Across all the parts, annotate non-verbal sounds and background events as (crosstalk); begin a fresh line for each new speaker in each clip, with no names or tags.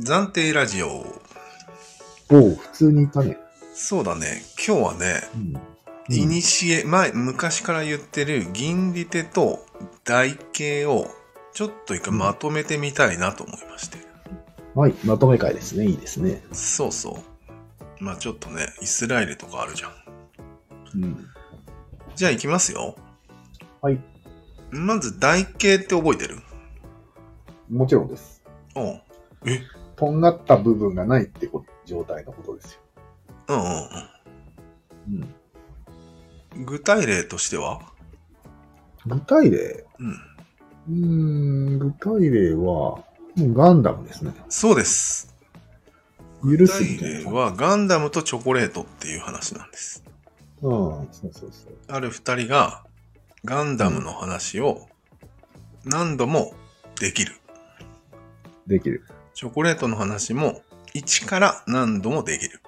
暫定ラジオ。
おう、普通にいたね。
そうだね。今日はね、
うん。
いにしえ、前、昔から言ってる銀利手と台形を、ちょっと一回まとめてみたいなと思いまして。
はい、まとめ会ですね。いいですね。
そうそう。まあちょっとね、イスラエルとかあるじゃん。
うん。
じゃあ行きますよ。
はい。
まず台形って覚えてる
もちろんです。
うん。うん
とんがった部分がないってこ状態のことですよ。
うん
うん。
うん。具体例としては
具体例
うん。
うーん、具体例は、うんガンダムですね。
そうです。
許
具
す
体
みたい
例
な。
はガンダムとチョコレートっていう話なんです。
うん、そうそうそう。
ある二人がガンダムの話を何度もできる。
できる。
チョコレートの話も一から何度もできる。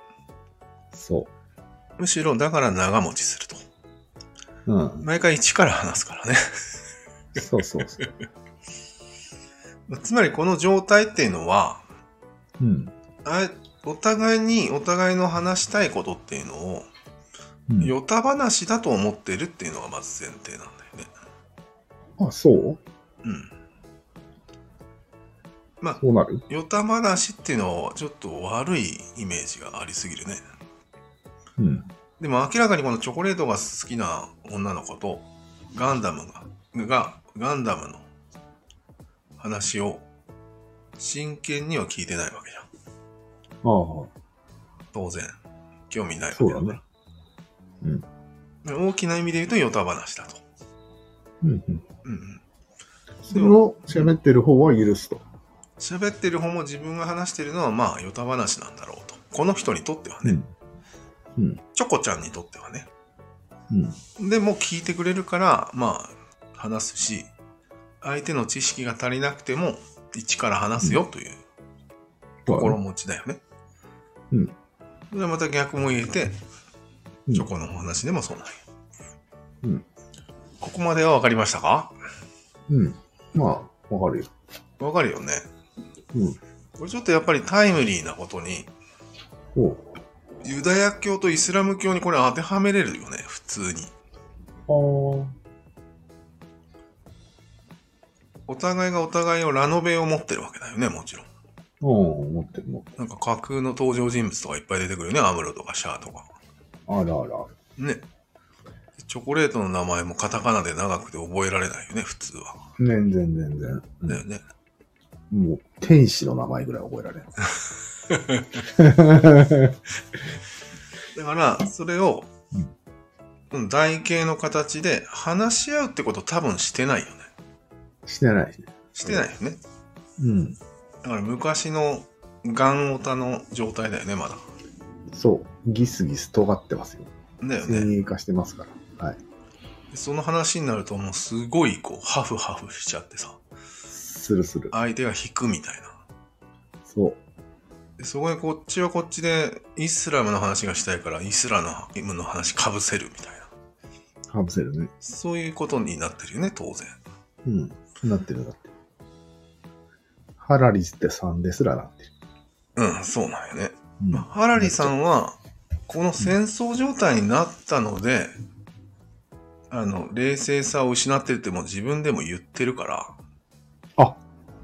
そ
むしろだから長持ちすると。
う。うん。
毎回一から話すからね。 (laughs)
そうそうそう。
つまりこの状態っていうのは、
うん。
あお互いにお互いの話したいことっていうのを、
うん
ヨタ話だと思ってるっていうのがまず前提なんだよね。
あ、そう
うん。まあ、
そうなる
ヨタ話っていうのはちょっと悪いイメージがありすぎるね。
うん。
でも明らかにこのチョコレートが好きな女の子とガンダムが、がガンダムの話を真剣には聞いてないわけじゃん。
ああ、
当然。興味ないわけ
そう
だ
だ
ね
ね。。うん。
大きな意味で言うとヨタ話だと。
うんうん。
うんうん。
それを喋ってる方は許すと。
喋ってる方も自分が話してるのはまあヨタ話なんだろうと。この人にとってはね、
ん。うん。
チョコちゃんにとってはね。
うん。
でもう聞いてくれるからまあ話すし相手の知識が足りなくても一から話すよという心持ちだよね。
うん
でまた逆も入れて
うん
チョコのお話でもそうなんよ
うん
ここまでは分かりましたか
うん。まあ、わかるよ。
分かるよね。
うん。
これちょっとやっぱりタイムリーなことに
おう
ユダヤ教とイスラム教にこれ当てはめれるよね普通に。
あ
お互いがお互いをラノベを持ってるわけだよねもちろん。
あ。うん、持ってる持ってる。
なんか架空の登場人物とかいっぱい出てくるよね。アムロとかシャアとか。
あらあら。
ね。チョコレートの名前もカタカナで長くて覚えられないよね、普通は。
全然全然。
だよね。
うんもう、天使の名前ぐらい覚えられる。
だから、それを
うん、
うん、台形の形で話し合うってこと多分してないよね。
してないね。
してないよね。
うん。
だから昔のガンオタの状態だよね、まだ。
そう。ギスギス尖ってますよ。
だよね。
先鋭化してますから。はい。
その話になるともうすごいこう、ハフハフしちゃってさ、
するする。
相手が引くみたいな。
そう。
でそこでこっちはこっちでイスラムの話がしたいからイスラムの話かぶせるみたいな
かぶせるね。
そういうことになってるよね当然
うん。なってるなってる。ハラリスって3ですらなってる。
うんそうなんよね、
うん
まあ、ハラリさんはこの戦争状態になったので、あの冷静さを失ってるってもう自分でも言ってるから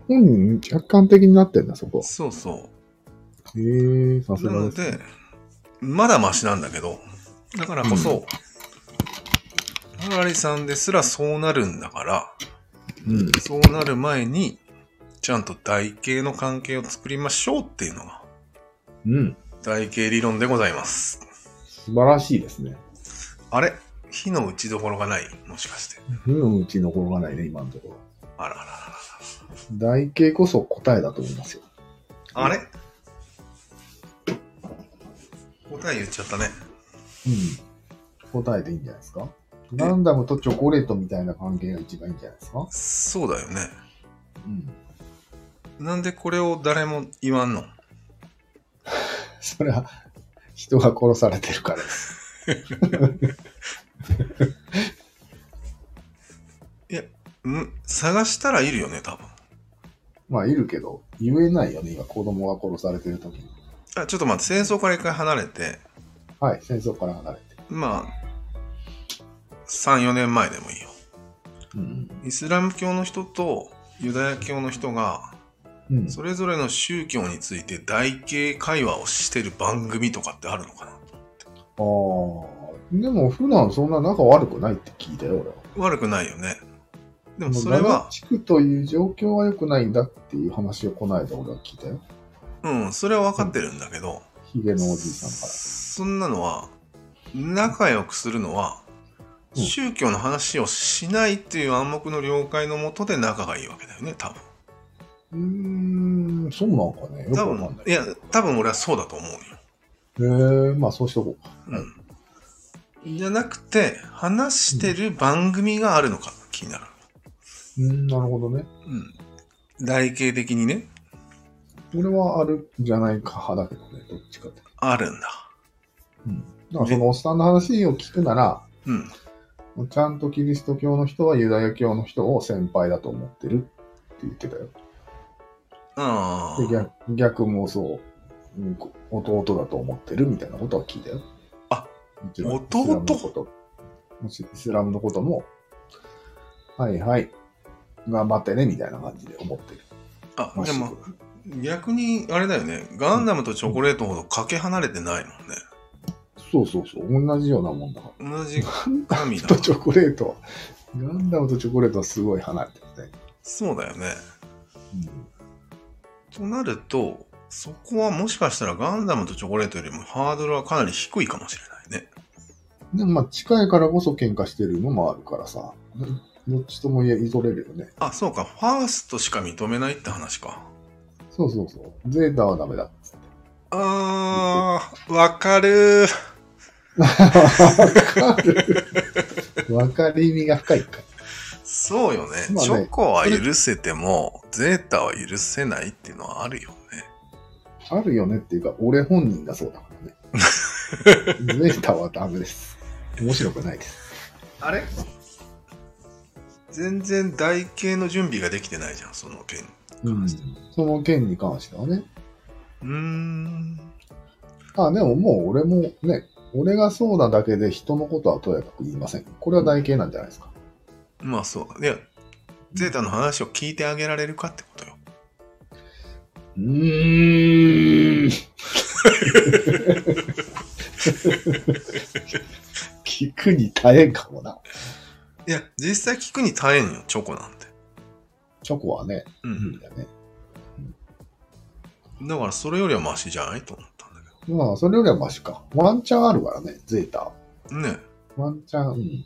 本人客観的になってんだ、そこ。
そうそ
へえさ
う
す
な
が
の
です。
でまだマシなんだけどだからこそ、ハラリさんですらそうなるんだから
うん。
そうなる前に、ちゃんと台形の関係を作りましょうっていうのが、
うん。
台形理論でございます。
素晴らしいですね。
あれ火の打ちどころがないもしかして。
負のうち残らないね、今のところ。
あらあらあ
台形こそ答えだと思いますよ。
ら。あれ答え言っちゃったね。
うん。答えでいいんじゃないですかガンダムとチョコレートみたいな関係が一番いいんじゃないですか
そうだよね。
うん。
なんでこれを誰も言わんの
それは、人が殺されてるからです。
ん探したらいるよね、多分。
まあ、いるけど、言えないよね、今、子供が殺されてる時に。
あちょっと待って、戦争から一回離れて、
はい、戦争から離れて。
まあ、3、4年前でもいいよ。
うん。
イスラム教の人とユダヤ教の人が、
うん。
それぞれの宗教について台形会話をしてる番組とかってあるのかな
ああ、でも普段そんな仲悪くないって聞いたよ、俺は。
悪くないよね。で
で
もそれは、
地区という状況は良くないんだっていう話をこの間俺は聞いたよ。
うん、それは分かってるんだけど、
ヒゲのおじいさんから。
そんなのは、仲良くするのは、
うん
宗教の話をしないっていう暗黙の了解のもとで仲がいいわけだよね、多分。
うーん、そうなんかね。よく
多
わかん
分
ない、
い。や、多分俺はそうだと思うよ。
へえ、まあそうしとこ
うん。じゃなくて、話してる番組があるのか、気になる。
う。うーん、なるほどね。
うん。台形的にね、
俺はあるじゃないか派だけどね、どっちかって。
あるんだ。
うん。だからそのおっさんの話を聞くなら、
うん。
ちゃんとキリスト教の人はユダヤ教の人を先輩だと思ってるって言ってたよ。
あ
で逆逆もそう、うんこ弟だと思ってるみたいなことは聞いたよ。
あ
もちろん
弟
イスラムのこともしイスラムのことも、はいはい、頑張ってねみたいな感じで思ってる。
あ。あ、
ら
で
しい
も、逆にあれだよねガンダムとチョコレートほどかけ離れてないもんね
そうそうそう、同じようなもんだから。
同じ
ガンダ
神
ム
だ
とチョコレートは、ガンダムとチョコレートはすごい離れてるね。
そうだよねとなるとそこはもしかしたらガンダムとチョコレートよりもハードルはかなり低いかもしれないね
うん、でもまあ近いからこそ喧嘩してるのもあるからさ、どっちとも言え言い取れるよね。
あそうかファーストしか認めないって話か
そうそうそう、ゼータはダメだっつって。
あーわかるー
わかる。わかる意味が深いか。
そうよね
まあね
チョコは許せてもゼータは許せないっていうのはあるよね
あるよねっていうか、俺本人がそうだから (laughs) ね。ゼータはダメです。面白くないです。
あれ全然台形の準備ができてないじゃんその件
うん、その件に関してはね。
うーん
あ、でももう俺もね、俺がそうなだけで人のことはとやかく言いません。これは台形なんじゃないですか。
まあそう。いや、ゼータの話を聞いてあげられるかってことよ。
うーん。聞くに耐えんかもな。
いや、実際聞くに耐えんよ、チョコなんて。
チョコはね、
う
無理
ん。
だね。
だからそれよりはマシじゃないと思ったんだ
まあ、それよりはマシか。ワンチャンあるからね、ゼータ。
けど。ね
ワンチャン、うん、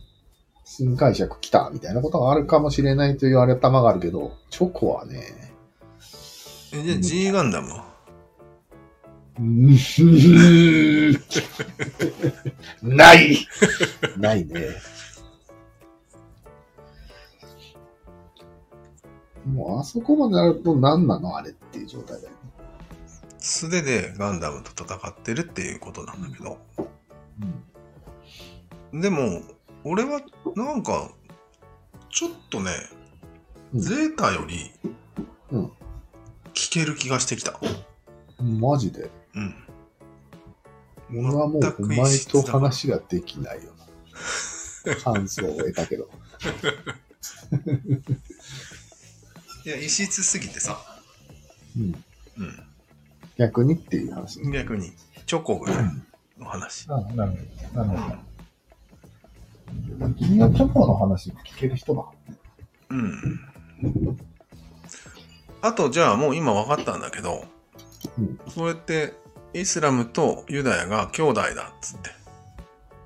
新解釈来たみたいなことがあるかもしれないというあれ頭があるけど、チョコはね、
え。じゃあ
うん
G ガンダムは
うーんないないね。もうあそこまでなると何なのあれっていう状態だよね。
素手でガンダムと戦ってるっていうことなんだけど。
うん
でも、俺はなんか、ちょっとね、
うん
ゼータより
うん、
聞ける気がしてきた。
マジで。
うん。
俺はもうお前と話ができないよな。感想を得たけど。
いや、異質すぎてさ。
うん
うん。
逆にっていう話。
逆にチョコぐらいの話、
あなるほど。なるほど。君はチョコの話聞ける人だ。
うん、あとじゃあもう今分かったんだけど、
うん
そうやってイスラムとユダヤが兄弟だっつって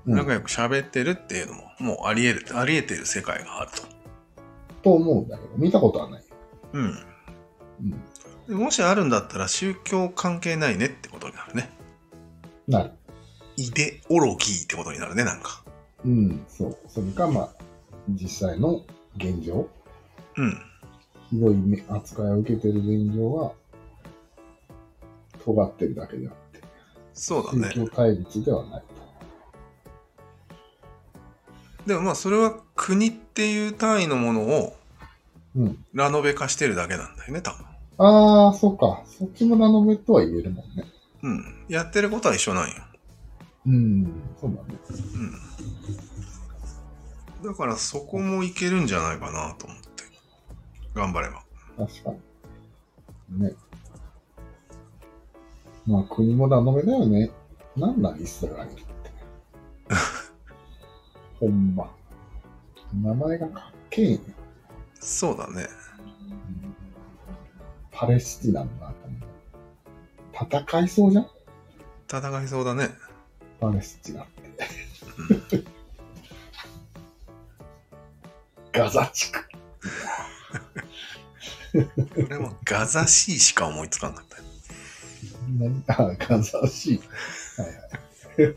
うん
仲良く喋ってるっていうのももうありえるありえてる世界があると、
と思うんだけど、見たことはない。
うん
うん。
で、もしあるんだったら宗教関係ないねってことになるね
なる。
イデオロギーってことになるねなんか
うん、そう。それか、まあ、実際の現状、
うん
ひどい目扱いを受けてる現状は、尖ってるだけであって、
そうだね
宗教対立ではない
でもまあそれは国っていう単位のものを
うん
ラノベ化してるだけなんだよね多分
ああ、そうか。そっちもラノベとは言えるもんね。
うん。やってることは一緒なんよ。
うん、そうだね。
うん。だからそこもいけるんじゃないかなと思って。頑張れば。
確かに。ね。まあ、国もラノベだよね。なんだ、イスラエル
(laughs)
って。ほんま。名前がかっけえね。
そうだね。
うんパレスチナのなんかもう戦いそうじゃん
戦いそうだね。
パレスチナって。ガザ地区。
これもガザシーしか思いつかなかったよ。
何あ、ガザシー。はいはい。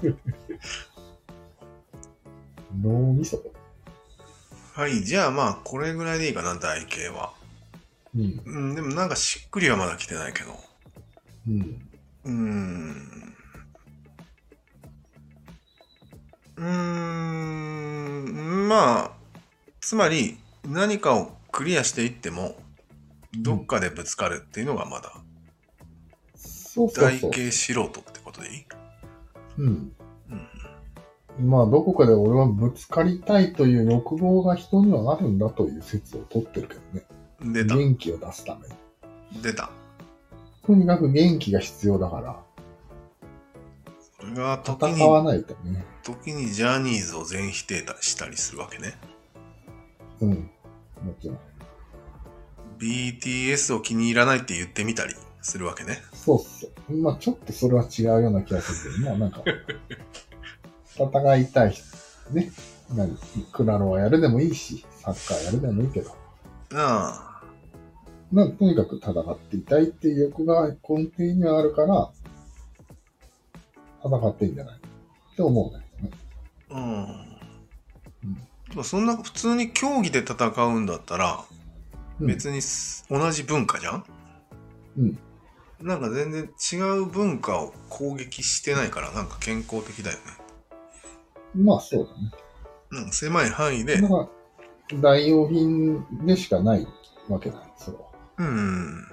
脳みそ。
はい。じゃあまあ、これぐらいでいいかな、台形は。
うん。
うん。でもなんかしっくりはまだ来てないけど。
うん。
うーん。うーん。まあ、つまり何かをクリアしていっても、どっかでぶつかるっていうのがまだ、
そうそう
台
そう。
形素人ってことでいい
うん。
うん。
まあ、どこかで俺はぶつかりたいという欲望が人にはあるんだという説を取ってるけどね。
出た。
元気を出すために。
出た。
とにかく元気が必要だから、
それが時
戦わ
に、
ないとね。
時にジャニーズを全否定したりするわけね。
うん。もちろん。
BTS を気に入らないって言ってみたりするわけね。
そうっす。まあちょっとそれは違うような気がするけど、まあなん
(laughs)
か、戦いたい人、ね。何クラロはやるでもいいし、サッカーやるでもいいけど、
ああ、
まあとにかく戦っていたいっていう欲が根底にはあるから、戦っていいんじゃないって思うね。
うん
うん。
でもそんな普通に競技で戦うんだったら、
うん
別にす同じ文化じゃん
うん
なんか全然違う文化を攻撃してないからなんか健康的だよね。
まあそうだね。
うん、狭い範囲で、
だから、代用品でしかないわけだ、それは。
うん。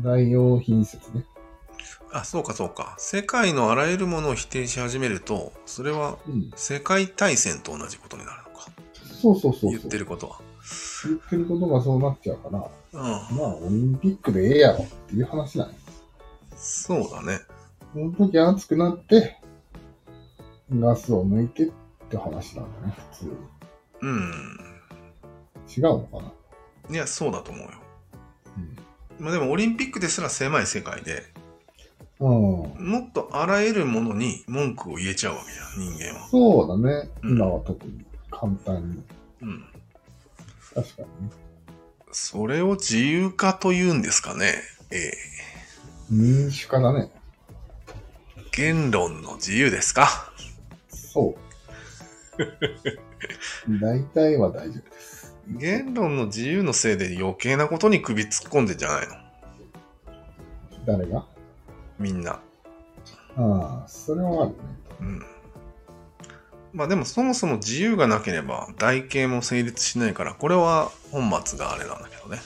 代用品説ね。
あ、そうかそうか。世界のあらゆるものを否定し始めると、それは
うん。
世界大戦と同じことになるのか。
そうそうそうそう。
言ってることは。
言ってることがそうなっちゃうから、
う
まあ、オリンピックでええやろっていう話なんよ
ん。そうだね。
その時熱くなって、ガスを抜いてって話なんだね、普通に。
うん。
違うのかない
や、そうだと思うよ。
うん
まあでもオリンピックですら狭い世界で、
うん。
もっとあらゆるものに文句を言えちゃうわけじゃん、人間は。
そうだね、
うん
今は特に簡単に。
うん。
確かにね。
それを自由化というんですかね。ええ
民主化だね。
言論の自由ですか。 (laughs)
そう。大体は大丈夫です。
言論の自由のせいで余計なことに首突っ込んでんじゃないの
誰が
みんな。
ああ、それはあるね。
うん。まあでもそもそも自由がなければ台形も成立しないから、これは本末があれなんだけどね。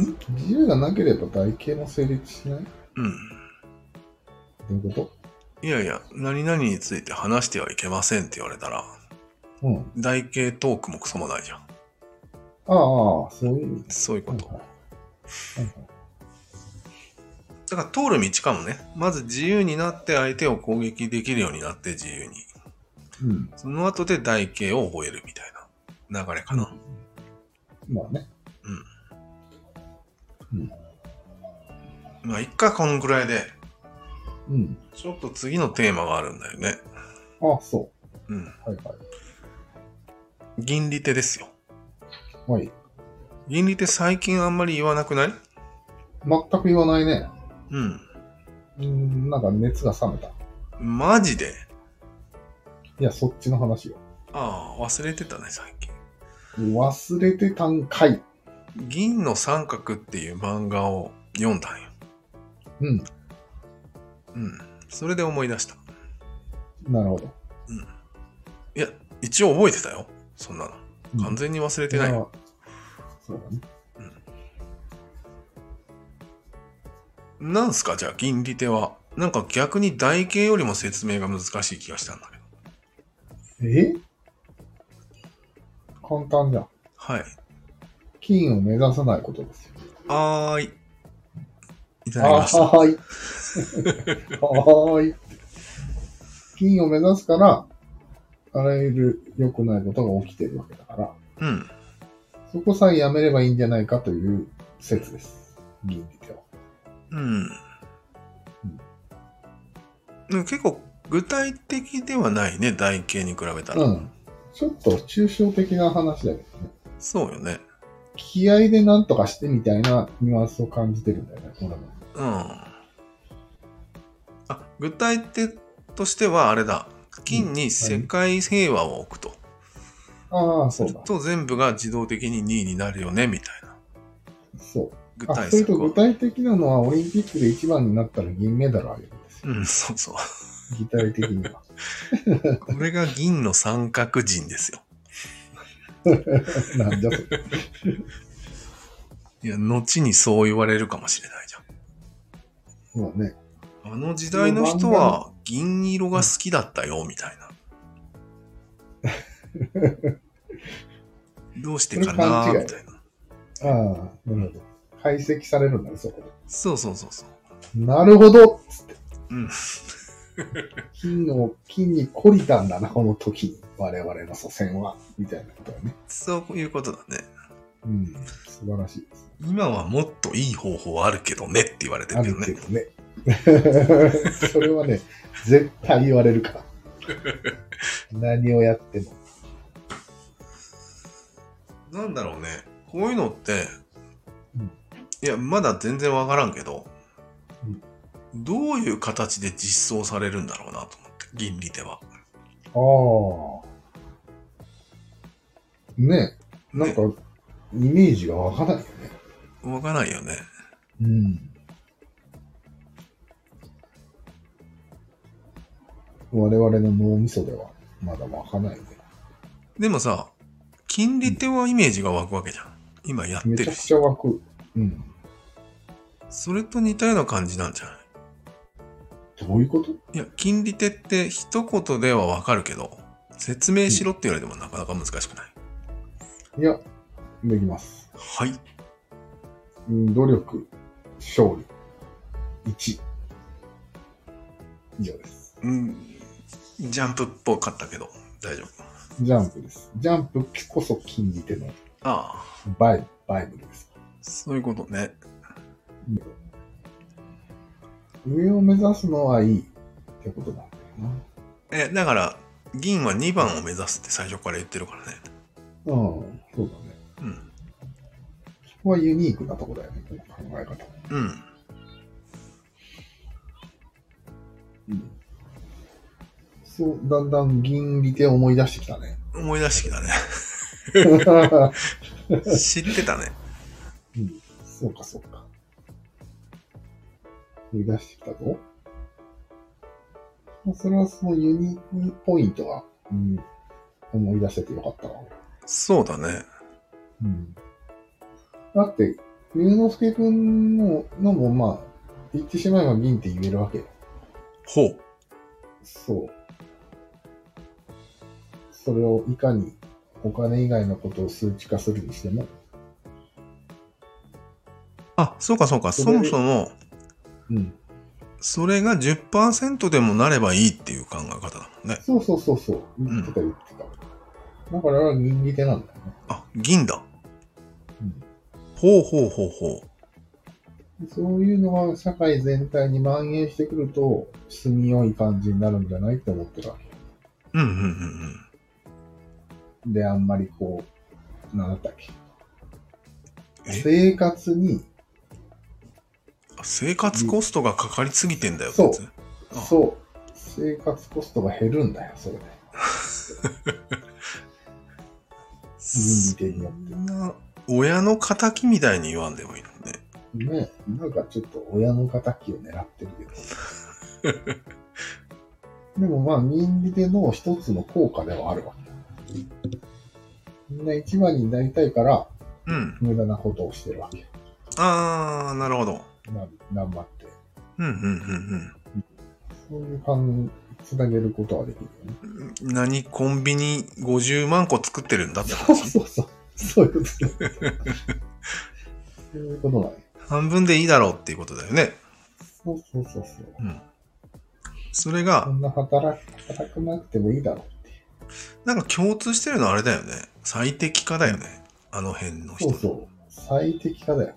ん自由がなければ外形も成立しない
うん。
どういうこ
いやいや、何々について話してはいけませんって言われたら、
とうん。
台形トークもクソもないじゃん。
ああ、そういう意味。
そういうこと。
はいはい
だから通る道かもね。まず自由になって相手を攻撃できるようになって自由に。
うん。
その後で台形を覚えるみたいな流れかな。
まあね。
まあ、いっか、このくらいで。
うん。
ちょっと次のテーマがあるんだよね。
あ、そ
うん。
う。はいはい。
銀利手ですよ。
はい。
銀利手最近あんまり言わなくない
全く言わないね。
うん。
うーん、なんか熱が冷めた。い
マジで
や、そっちの話よ。
ああ、忘れてたね、最近。
忘れてたんかい。
銀の三角っていう漫画を読んだんよ。
うん。
うん。それで思い出した。
なるほど。
いや、一応覚えてたよ。そんなの。完全
全
に忘れてないよ。
そうだね。
なんすかじゃあ、銀利手は。なんか逆に台形よりも説明が難しい気がしたんだけど。
え簡単じゃん。
はい。
金を目指さないことですよ。
はーい。いただき
は
ました。
ーい。 (laughs) はーい。金を目指すから、あらゆる良くないことが起きてるわけだから、
うん。
そこさえやめればいいんじゃないかという説です。銀利手は。
うん。うん、結構具体的ではないね、台形に比べたら。
うん。ちょっと抽象的な話だけどね。
そうよね。
気合で何とかしてみたいなニュアンスを感じてるんだよね、俺も。
うん。あ、具体的としてはあれだ。金に世界平和を置くと。
ああ、
す
そう
る
だ。
と全部が自動的に2位になるよね、みたいな。
そう。
具
あ、
体
それと
策
具
を。
体的なのは、オリンピックで一番になったら銀メダルあげるんですよ。
うん、そうそう。
具体的には。 (laughs)
これが銀の三角陣ですよ。
なんじゃそれ。
いや、後にそう言われるかもしれないじゃん。
そうね。
あの時代の人は銀色が好きだったよ、みたいな。どうしてかな
それ勘違い
みたいな。
ああ、なるほど。解析されるんだね、そこ
そうそうそうそう。
で。なるほどつって。
うん。
金を、金に懲りたんだな、この時に。我々の祖先は。みたいなことだね。
そういうことだね。
うん。素晴らしいです。
今はもっといい方法はあるけどねって言われて
あ
るけ
る
ど
け
ね。
どね。 (laughs) それはね、絶対言われるから。何をやっても。
なんだろうね。こういうのって
うん、
いや、まだ全然わからんけど
うん、
どういう形で実装されるんだろうなと思って、銀利手は。
ああ。ねえ、なんか、イメージがわからないよね。
わからないよね。
うん。我々の脳みそでは、まだわからないね。
でもさ、金利手はイメージが湧くわけじゃん。今やって
めちゃ
る
く
し
ち。ゃ湧く。うん。
それと似たような感じなんじゃない
どういうこと
いや、金利手って一言ではわかるけど、説明しろって言われてもなかなか難しくない。
いや、できます。
はい。
うん努力、勝利、1。以上です。
うん、ジャンプっぽかったけど、大丈夫。
ジャンプです。ジャンプこそ金利手の
ああ、
バイバイブルです。
そういうことね。
上を目指すのはいいってことなんだよ
え、だから、銀は2番を目指すって最初から言ってるからね。
な。うん、そうだね。
うん。
そこはユニークなとこだよね、この考え方。
うん。
うん。そう、だんだん銀利手を思い出してきたね。
思い出してき
(laughs)
たね。
う
知ってたね。
ん、そうか、そうか。思い出してきたぞ。まあそれはそのユニークポイントが、うん、思い出せてよかったわ。
そうだね。
うんだって、龍之介くんののも、まあ、言ってしまえば銀って言えるわけよ。
ほう。
そう。それをいかにお金以外のことを数値化するにしても、
あ、そうかそうか。そ
それ
も
で
そも、
うん。
それが10%でもなればいいっていう考え方だもんね。
そうそうそうそう。言ってた言ってた。だからあれは銀利手なんだよね。
あ、銀だ。
うん
ほうほうほうほう。
そういうのが社会全体に蔓延してくると、住みよい感じになるんじゃないって思ってるわけ。
うんうんうんうん。
で、あんまりこう、なんだったっけ。
え
生活に、
生活コストがかかりすぎてんだよ、
そう
こいつあ
そう、生活コストが減るんだよ、それで。
そ
倫理的によって
んな、親の仇みたいに言わんでもいいのね。
ねなんかちょっと親の敵を狙ってるけど。 (laughs) でもまあ、民利手の一つの効果ではあるわけ。みんな一番になりたいから、
うん。
無駄なことをしてるわけ。
あー、なるほど。
な頑張って
うんうん
そういう感じ、つなげることはできるよね。
うんうん。何コンビニ50万個作ってるんだって
そう
話。
そうそう。そういうことだ。そういうことだね。
半分でいいだろうっていうことだよね。
そうそうそうそう。
うん。それ
そ
が、
んな働く働くなくてもいいだろう。
なんか共通してるのはあれだよね。最適化だよね。あの辺の人。
そうそう。最適化だよ。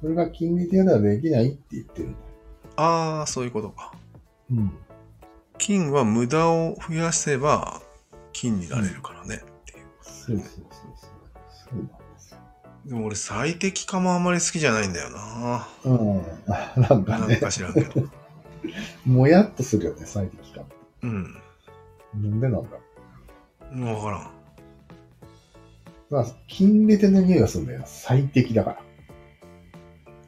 それが金利低ではできないって言ってるんだよ。
ああ、そういうことか。
うん。
金は無駄を増やせば金になれるからねっていう。
そうそうそうそう。そうなんですよ。
でも俺最適化もあんまり好きじゃないんだよな。
うん。 (laughs) なん
な
か
ん
ね、
か知らんけど。
もやっとするよね、最適化。
うん。
なんでなんだろ
もうわからん。
う。まあ、金利低の匂いがするんだよ。最適だから。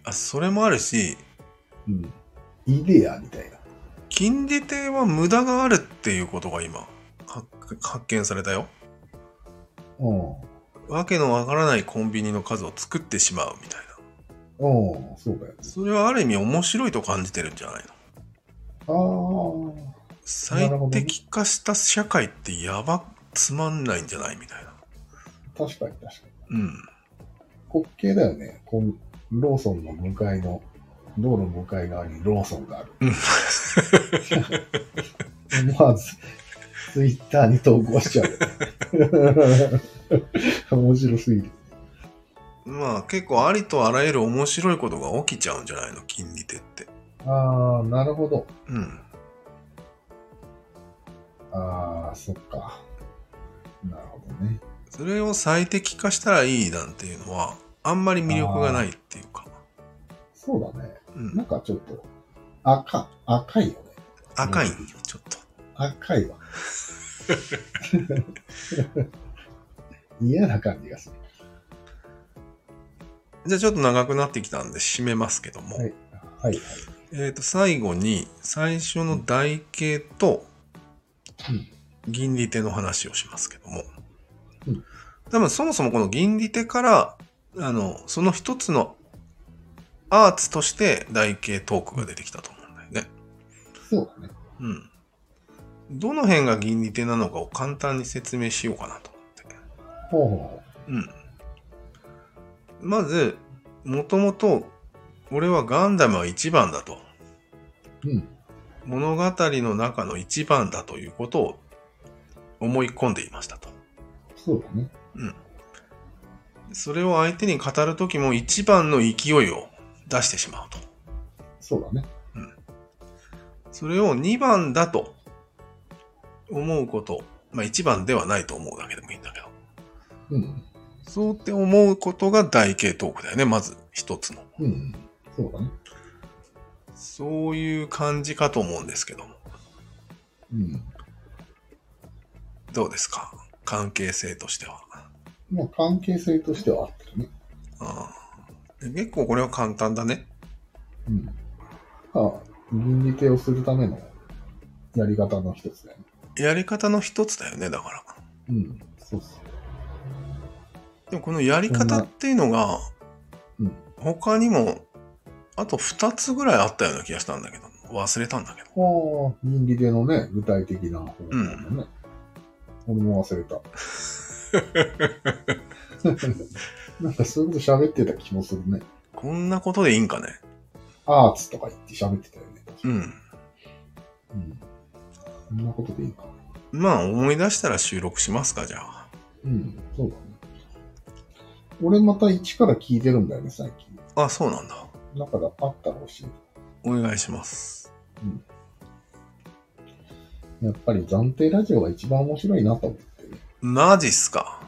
あ、それもあるし、
うん。イデアみたいな。
金利低は無駄があるっていうことが今、発発見されたよ。
うん。
わけのわからないコンビニの数を作ってしまうみたいな。
うん、そうだよ。
それはある意味面白いと感じてるんじゃないの
ああ。
最適化した社会ってやば、つまんないんじゃないみたいな。
確かに確か
う
に。
ん。
滑稽だよね。こうローソンの向かいの、道路向かい側にローソンがある。
うん
思わず、ツイッターに投稿しちゃうよね。 (laughs) 面白すぎる。
まあ結構ありとあらゆる面白いことが起きちゃうんじゃないの金利手って。
ああ、なるほど。
うん。
ああ、そっか。なるほどね。
それを最適化したらいいなんていうのは、あんまり魅力がないっていうか。
そうだね。
う
なん
ん。
かちょっと、赤、赤いよね。
赤いんよ、ちょっと。
赤いわ。嫌な感じがする。
じゃあちょっと長くなってきたんで締めますけども。
はい。はい、はい。
えっと、最後に最初の台形と
うん
銀利手の話をしますけども
うん。
多分そもそもこの銀利手から、あの、その一つのアーツとして台形トークが出てきたと思うんだよね。
そうだね。
うん。どの辺が銀利手なのかを簡単に説明しようかなと
ほうほうほ
思って。うん。まず、もともと、俺はガンダムは一番だと。
う。うん。
物語の中の一番だということを思い込んでいましたと。
そうだね。
それを相手に語るときも一番の勢いを出してしまうと。
そうだね。
それを2番だと思うこと。まあ1番ではないと思うだけでもいいんだけど。
うん。
そうって思うことが台形トークだよね、まず一つの。
うん。そうだね。
そういう感じかと思うんですけども。
うん。
どうですか関係性としては。
まあ、関係性としては合ってるね。
ああで結構これは簡単だね。
うん。まあ、倫理系をするためのやり方の一つだよね。
やり方の一つだよね、だから。
うん。そうそう。
でもこのやり方っていうのが、
うん。
他にも、あと二つぐらいあったような気がしたんだけど、忘れたんだけど。
ああ、倫理系のね、具体的な方法だもんね。俺も忘れた。 (laughs) なんかそういうこと喋ってた気もするね。
こんなことでいいんかね。
アーツとか言って喋ってたよね。
うん。
うん。そんなことでいいか。
まあ思い出したら収録しますか、じゃあ。
うん、そうだね。俺また一から聞いてるんだよね、最近。
あ、そうなんだ。
だからあったら教え
お願いします。
て。やっぱり暫定ラジオが一番面白いなと思ってね。
マジっすか。